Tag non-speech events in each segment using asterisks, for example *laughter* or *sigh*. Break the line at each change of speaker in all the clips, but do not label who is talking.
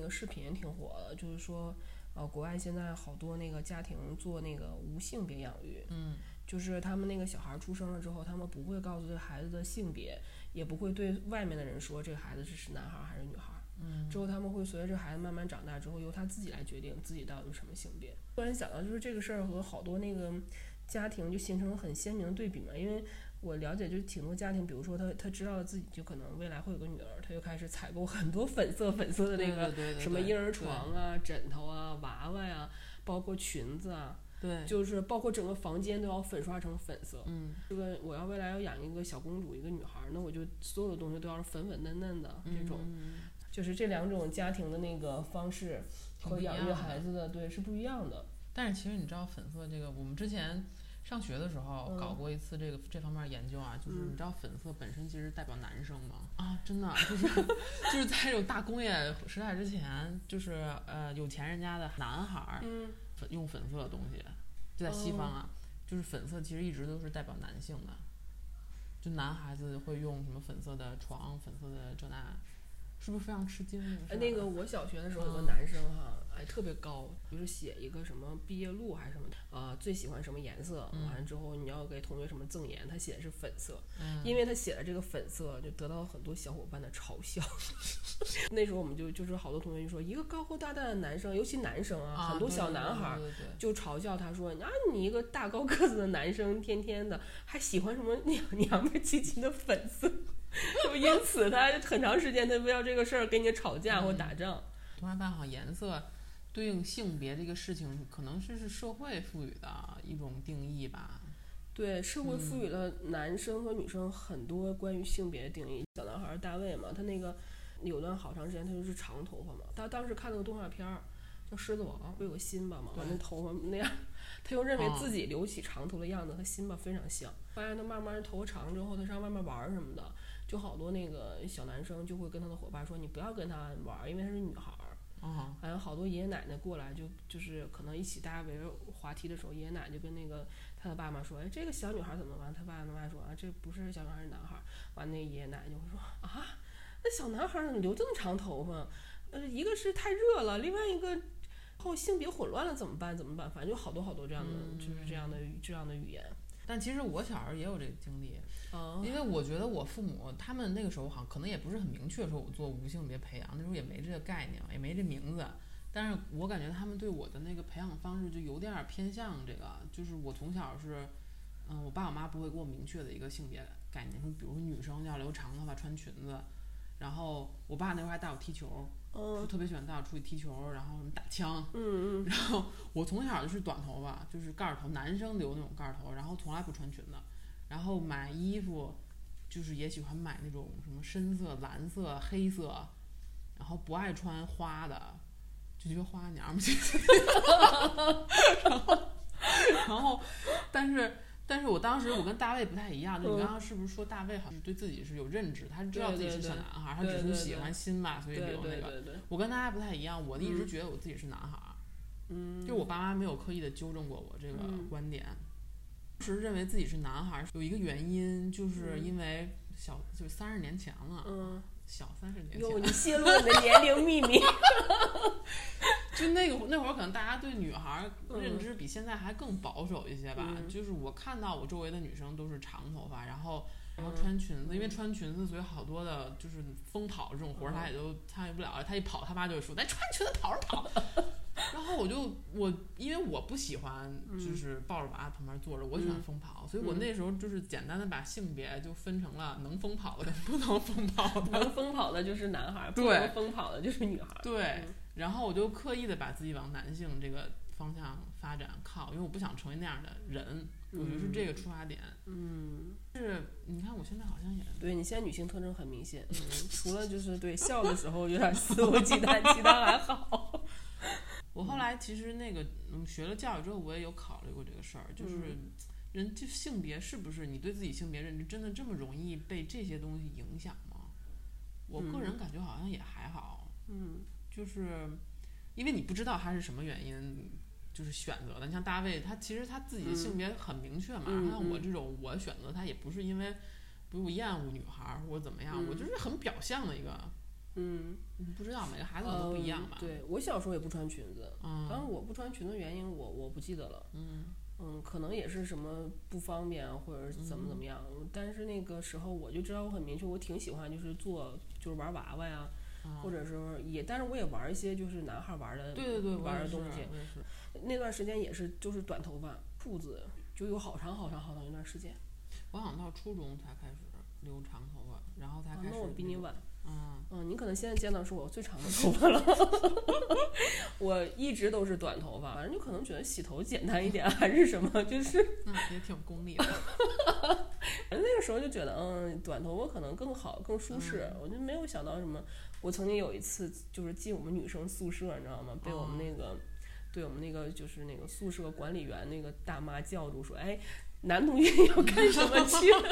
个视频挺火的，就是说，呃，国外现在好多那个家庭做那个无性别养育，
嗯，
就是他们那个小孩出生了之后，他们不会告诉这孩子的性别，也不会对外面的人说这个孩子是是男孩还是女孩。
嗯，
之后他们会随着这孩子慢慢长大之后，由他自己来决定自己到底是什么性别。突然想到，就是这个事儿和好多那个家庭就形成了很鲜明的对比嘛，因为我了解就是挺多家庭，比如说他他知道自己就可能未来会有个女儿，他就开始采购很多粉色粉色的那个
对对对对
什么
对
婴儿床啊、枕头啊、娃娃呀、包括裙子啊，
对，
就是包括整个房间都要粉刷成粉色。
嗯
这个我要未来要养一个小公主，一个女孩儿，那我就所有的东西都要是粉粉嫩嫩
嗯
的这种。就是这两种家庭的那个方式
挺
和
不一
养育
样的
孩子的对是不一样的。
但是其实你知道粉色这个，我们之前上学的时候
嗯
搞过一次这个、这方面的研究啊，就是
嗯
你知道粉色本身其实代表男生吗？啊，真的就是就是在这种大工业时代之前，就是呃有钱人家的男孩儿
嗯，
粉用粉色的东西，就在西方啊，就是粉色其实一直都是代表男性的，就男孩子会用什么粉色的床、粉色的这那，是不是非常吃惊？这
哎，
事儿啊
那个我小学的时候有个
嗯
男生哈，哎，特别高，就是写一个什么毕业录还是什么，呃，最喜欢什么颜色，
嗯
完了之后你要给同学什么赠言，他写的是粉色，
嗯
因为他写的这个粉色，就得到很多小伙伴的嘲笑。 *laughs* 那时候我们就就是好多同学就说，一个高高大大的男生，尤其男生啊，
啊
很多
对
小
对
男
对
孩儿
对对对
就嘲笑他说：“啊，你一个大高个子的男生，天天的还喜欢什么娘 *laughs* 娘们唧唧的粉丝？” *laughs* 就因此，他很长时间他为了这个事儿跟你吵架
嗯
或打仗。
突然发现，好像颜色对应性别这个事情，可能是是社会赋予的一种定义吧。
对，社会赋予了男生和女生很多关于性别的定义。小男孩儿大卫嘛，他那个有段好长时间他就是长头发嘛。他当时看那个动画片儿叫《狮子王》，不有个辛巴嘛，
对
完那头发那样，他又认为
啊
自己留起长头的样子和辛巴非常像。发现他慢慢头发长之后，他上外面玩儿什么的，就好多那个小男生就会跟他的伙伴说：“你不要跟他玩儿，因为她是女孩儿。”
啊、
还有好多爷爷奶奶过来就，就是可能一起大家围着滑梯的时候，爷爷奶奶就跟那个他的爸妈说：“哎，这个小女孩怎么玩？”他爸爸妈妈说：“啊，这不是小女孩，是男孩。”完，那爷爷奶奶就会说：“啊，那小男孩怎么留这么长头发？呃，一个是太热了，另外一个后性别混乱了怎么办？怎么办？反正就好多好多这样的，
嗯
就是这样的语这样的语言。
但其实我小时候也有这个经历，
哦，
因为我觉得我父母他们那个时候好像可能也不是很明确说我做无性别培养，那时候也没这个概念，也没这名字。但是我感觉他们对我的那个培养方式就有点儿偏向这个，就是我从小是，嗯，我爸我妈不会给我明确的一个性别概念，说比如说女生要留长头发穿裙子，然后我爸那会儿还带我踢球，就
嗯
特别喜欢带我出去踢球，然后什么打枪。
嗯嗯，
*laughs* 然后我从小就是短头发，就是盖儿头，男生留那种盖儿头，然后从来不穿裙子，然后买衣服就是也喜欢买那种什么深色、蓝色、黑色，然后不爱穿花的，就觉得花娘们 *laughs* 儿。然后，然后，但是。但是我当时我跟大卫不太一样，就你
嗯
刚刚是不是说大卫好像是对自己是有认知，他知道
对
自己
对
是小
对
男孩儿，他
对
只
对
是喜
对
欢新吧，所以
对
留那
对
个。
对对，
我跟大家不太一样，我一直
嗯
觉得我自己是男孩儿，
嗯，
就我爸妈没有刻意的纠正过我这个
嗯
观点。当时认为自己是男孩儿，有一个原因，就是因为小，就三十年前了，
嗯，
小三十年
哟，
前，
你泄露了你的年龄秘密。 *laughs* 嗯
就那个那会儿，可能大家对女孩儿
嗯
认知比现在还更保守一些吧。
嗯
就是我看到我周围的女生都是长头发，然后然后
嗯
穿裙子，因为
嗯
穿裙子，所以好多的就是疯跑这种活儿，
嗯
她也都参与不了。她一跑，她妈就会说：“咱穿裙子跑着跑。”然后我就我因为我不喜欢就是抱着娃在旁边坐着，我喜欢
嗯
疯跑，所以我
嗯
那时候就是简单的把性别就分成了能疯跑的、不能疯跑的。
能疯跑的就是男孩儿，不
对
能疯跑的就是女孩儿。
对
嗯，
然后我就刻意的把自己往男性这个方向发展靠，因为我不想成为那样的人，我觉得是
嗯
这个出发点。
嗯，
是，你看我现在好像也
对你现在女性特征很明显，嗯，除了就是对笑的时候有点肆无忌惮，其他还好。
我后来其实那个嗯学了教育之后，我也有考虑过这个事儿，就是
嗯
人就性别是不是你对自己性别认知真的这么容易被这些东西影响吗？我个人感觉好像也还好，
嗯，
就是因为你不知道他是什么原因。就是选择的，你像大卫，他其实他自己的性别很明确嘛。
嗯嗯
像我这种，我选择他也不是因为，比如我厌恶女孩儿或者怎么样，
嗯
我就是很表象的一个
嗯，
嗯不知道每个孩子可能都不一样吧
嗯。对哦我小时候也不穿裙子，
嗯，
当然我不穿裙子的原因我我不记得了。
嗯
嗯，可能也是什么不方便啊，或者是怎么怎么样。
嗯
但是那个时候我就知道我很明确，我挺喜欢就是做就是玩娃娃呀，
嗯
或者是也，但是我也玩一些就是男孩玩的，
对对对，
玩
我也
的
是
东西。
我也是
那段时间也是就是短头发、裤子，就有好长好长好长一段时间。
我好像到初中才开始留长头发，然后才
啊
开始、
那我比你。晚。
*laughs* 嗯，
嗯，你可能现在见到是我最长的头发了。 *laughs* 我一直都是短头发，反正就可能觉得洗头简单一点，啊还是什么，就是
那也挺功利的。
那个时候就觉得，嗯，短头发可能更好、更舒适。我就没有想到什么。我曾经有一次就是进我们女生宿舍，你知道吗？被我们那个，对我们那个就是那个宿舍管理员那个大妈叫住，说：“哎，男同学要干什么去 *laughs* 了？”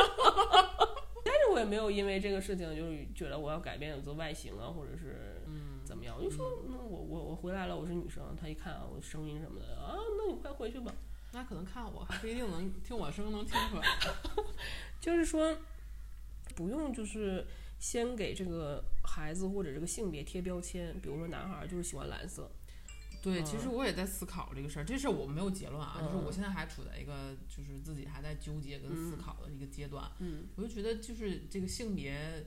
但是我也没有因为这个事情就是觉得我要改变我的外形啊，或者是
嗯
怎么样。我就说，那我我我回来了，我是女生。他一看啊，我声音什么的啊，那你快回去吧。
那可能看我还不一定能听我声能听出来。
就是说，不用就是先给这个孩子或者这个性别贴标签，比如说男孩儿就是喜欢蓝色，
对，
嗯
其实我也在思考这个事儿，这事儿我没有结论啊，
嗯
就是我现在还处在一个就是自己还在纠结跟思考的一个阶段。
嗯，
我就觉得就是这个性别，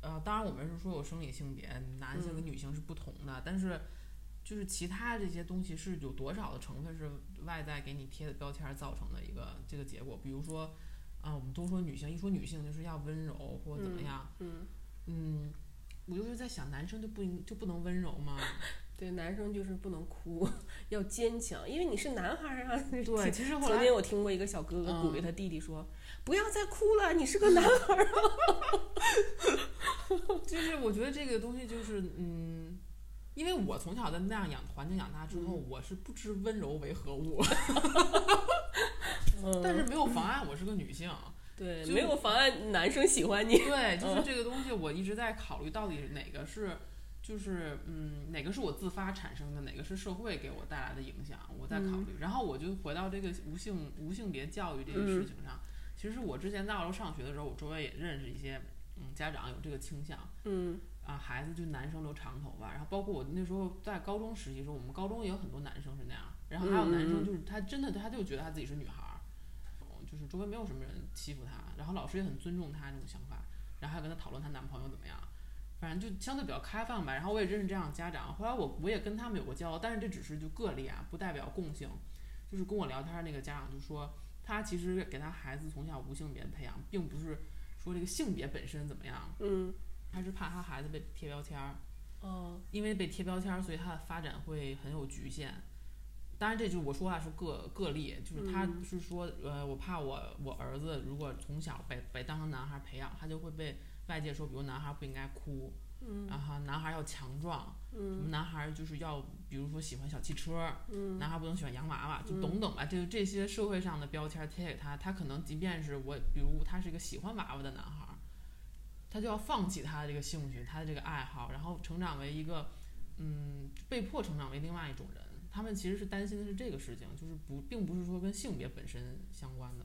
呃，当然我们是说有生理性别，男性跟女性是不同的，但是就是其他这些东西是有多少的成分是外在给你贴的标签儿造成的一个这个结果，比如说啊、我们都说女性，一说女性就是要温柔或怎么样，
嗯，
嗯。我就是在想，男生就不应就不能温柔吗？
对，男生就是不能哭，要坚强，因为你是男孩儿啊。 *laughs*
对，其实后
曾
来
经我听过一个小哥哥
嗯
鼓励他弟弟说：“不要再哭了，你是个
*laughs*
男孩儿。
就是我觉得这个东西就是嗯，因为我从小在那样养环境养大之后，我是不知温柔为何物，
嗯”
*laughs* 但是没有妨碍我是个女性。
对，
就
没有妨碍男生喜欢你。
对，就是这个东西，我一直在考虑到底哪个是，就是嗯，哪个是我自发产生的，哪个是社会给我带来的影响，我在考虑。然后我就回到这个无性无性别教育这个事情上。其实我之前在澳洲上学的时候，我周围也认识一些嗯家长有这个倾向。
嗯
啊，孩子就男生留长头发，然后包括我那时候在高中时期的时候，我们高中也有很多男生是那样，然后还有男
嗯嗯
生
嗯
就是他真的他就觉得他自己是女孩儿，嗯就是周围没有什么人欺负他，然后老师也很尊重他这种想法，然后还跟他讨论她男朋友怎么样，反正就相对比较开放吧。然后我也认识这样的家长，后来我我也跟他们有过交流，但是这只是就个例啊，不代表共性。就是跟我聊天儿那个家长就说，他其实给他孩子从小无性别培养，并不是说这个性别本身怎么样，
嗯
他是怕他孩子被贴标签儿，
哦
因为被贴标签儿，所以他的发展会很有局限。当然，这就是我说话是个个例，就是他
嗯
是说，呃，我怕我我儿子如果从小被被当成男孩培养，他就会被外界说，比如男孩不应该哭，
嗯
然后男孩要强壮，什
嗯
么男孩就是要，比如说喜欢小汽车，
嗯
男孩不能喜欢洋娃娃，就等等吧，就是这些社会上的标签贴给他，他可能即便是我，比如他是一个喜欢娃娃的男孩儿，他就要放弃他的这个兴趣，他的这个爱好，然后成长为一个，嗯，被迫成长为另外一种人。他们其实是担心的是这个事情，就是不，并不是说跟性别本身相关的。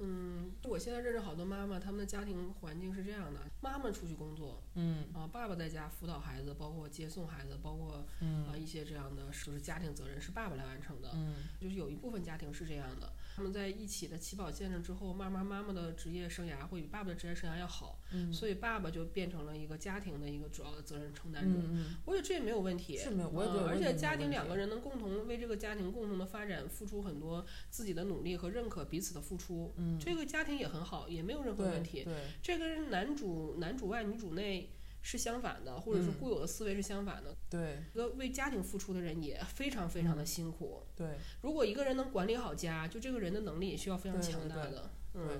嗯，我现在认识好多妈妈，她们的家庭环境是这样的：妈妈出去工作，
嗯
啊，爸爸在家辅导孩子，包括接送孩子，包括啊
嗯
一些这样的，就是家庭责任是爸爸来完成的。
嗯
就是有一部分家庭是这样的，他们在一起的起跑线上之后，慢慢妈妈的职业生涯会比爸爸的职业生涯要好，
嗯
所以爸爸就变成了一个家庭的一个主要的责任承担者。
嗯，
我觉得这也没有问题。
是没有，我也觉
嗯
得有
而
问题，
且家庭两个人
人，
能共同为这个家庭共同的发展付出很多自己的努力和认可彼此的付出，
嗯，
这个家庭也很好，也没有任何
对
问题。
对，
这跟男主男主外女主内是相反的，或者是
嗯
固有的思维是相反的。
对
一个为家庭付出的人也非常非常
嗯
的辛苦。
对。
如果一个人能管理好家，就这个人的能力也需要非常
对对
强大
对
的。嗯
对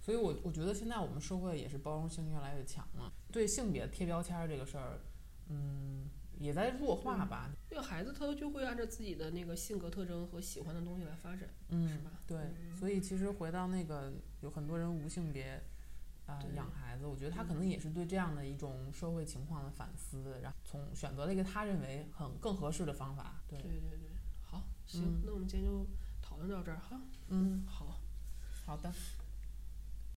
所以我，我觉得现在我们社会也是包容性越来越强了，对性别贴标签儿这个事儿，嗯，也在弱化吧。
嗯，因为孩子他就会按照自己的那个性格特征和喜欢的东西来发展。是
嗯
吧，
对
嗯。
所以其实回到那个，有很多人无性别，呃
对，嗯
养孩子，我觉得他可能也是对这样的一种社会情况的反思，然后从选择了一个他认为很更合适的方法。对
对，对对，好，行，
嗯
那我们今天就讨论到这儿哈。
嗯，
好，
好的，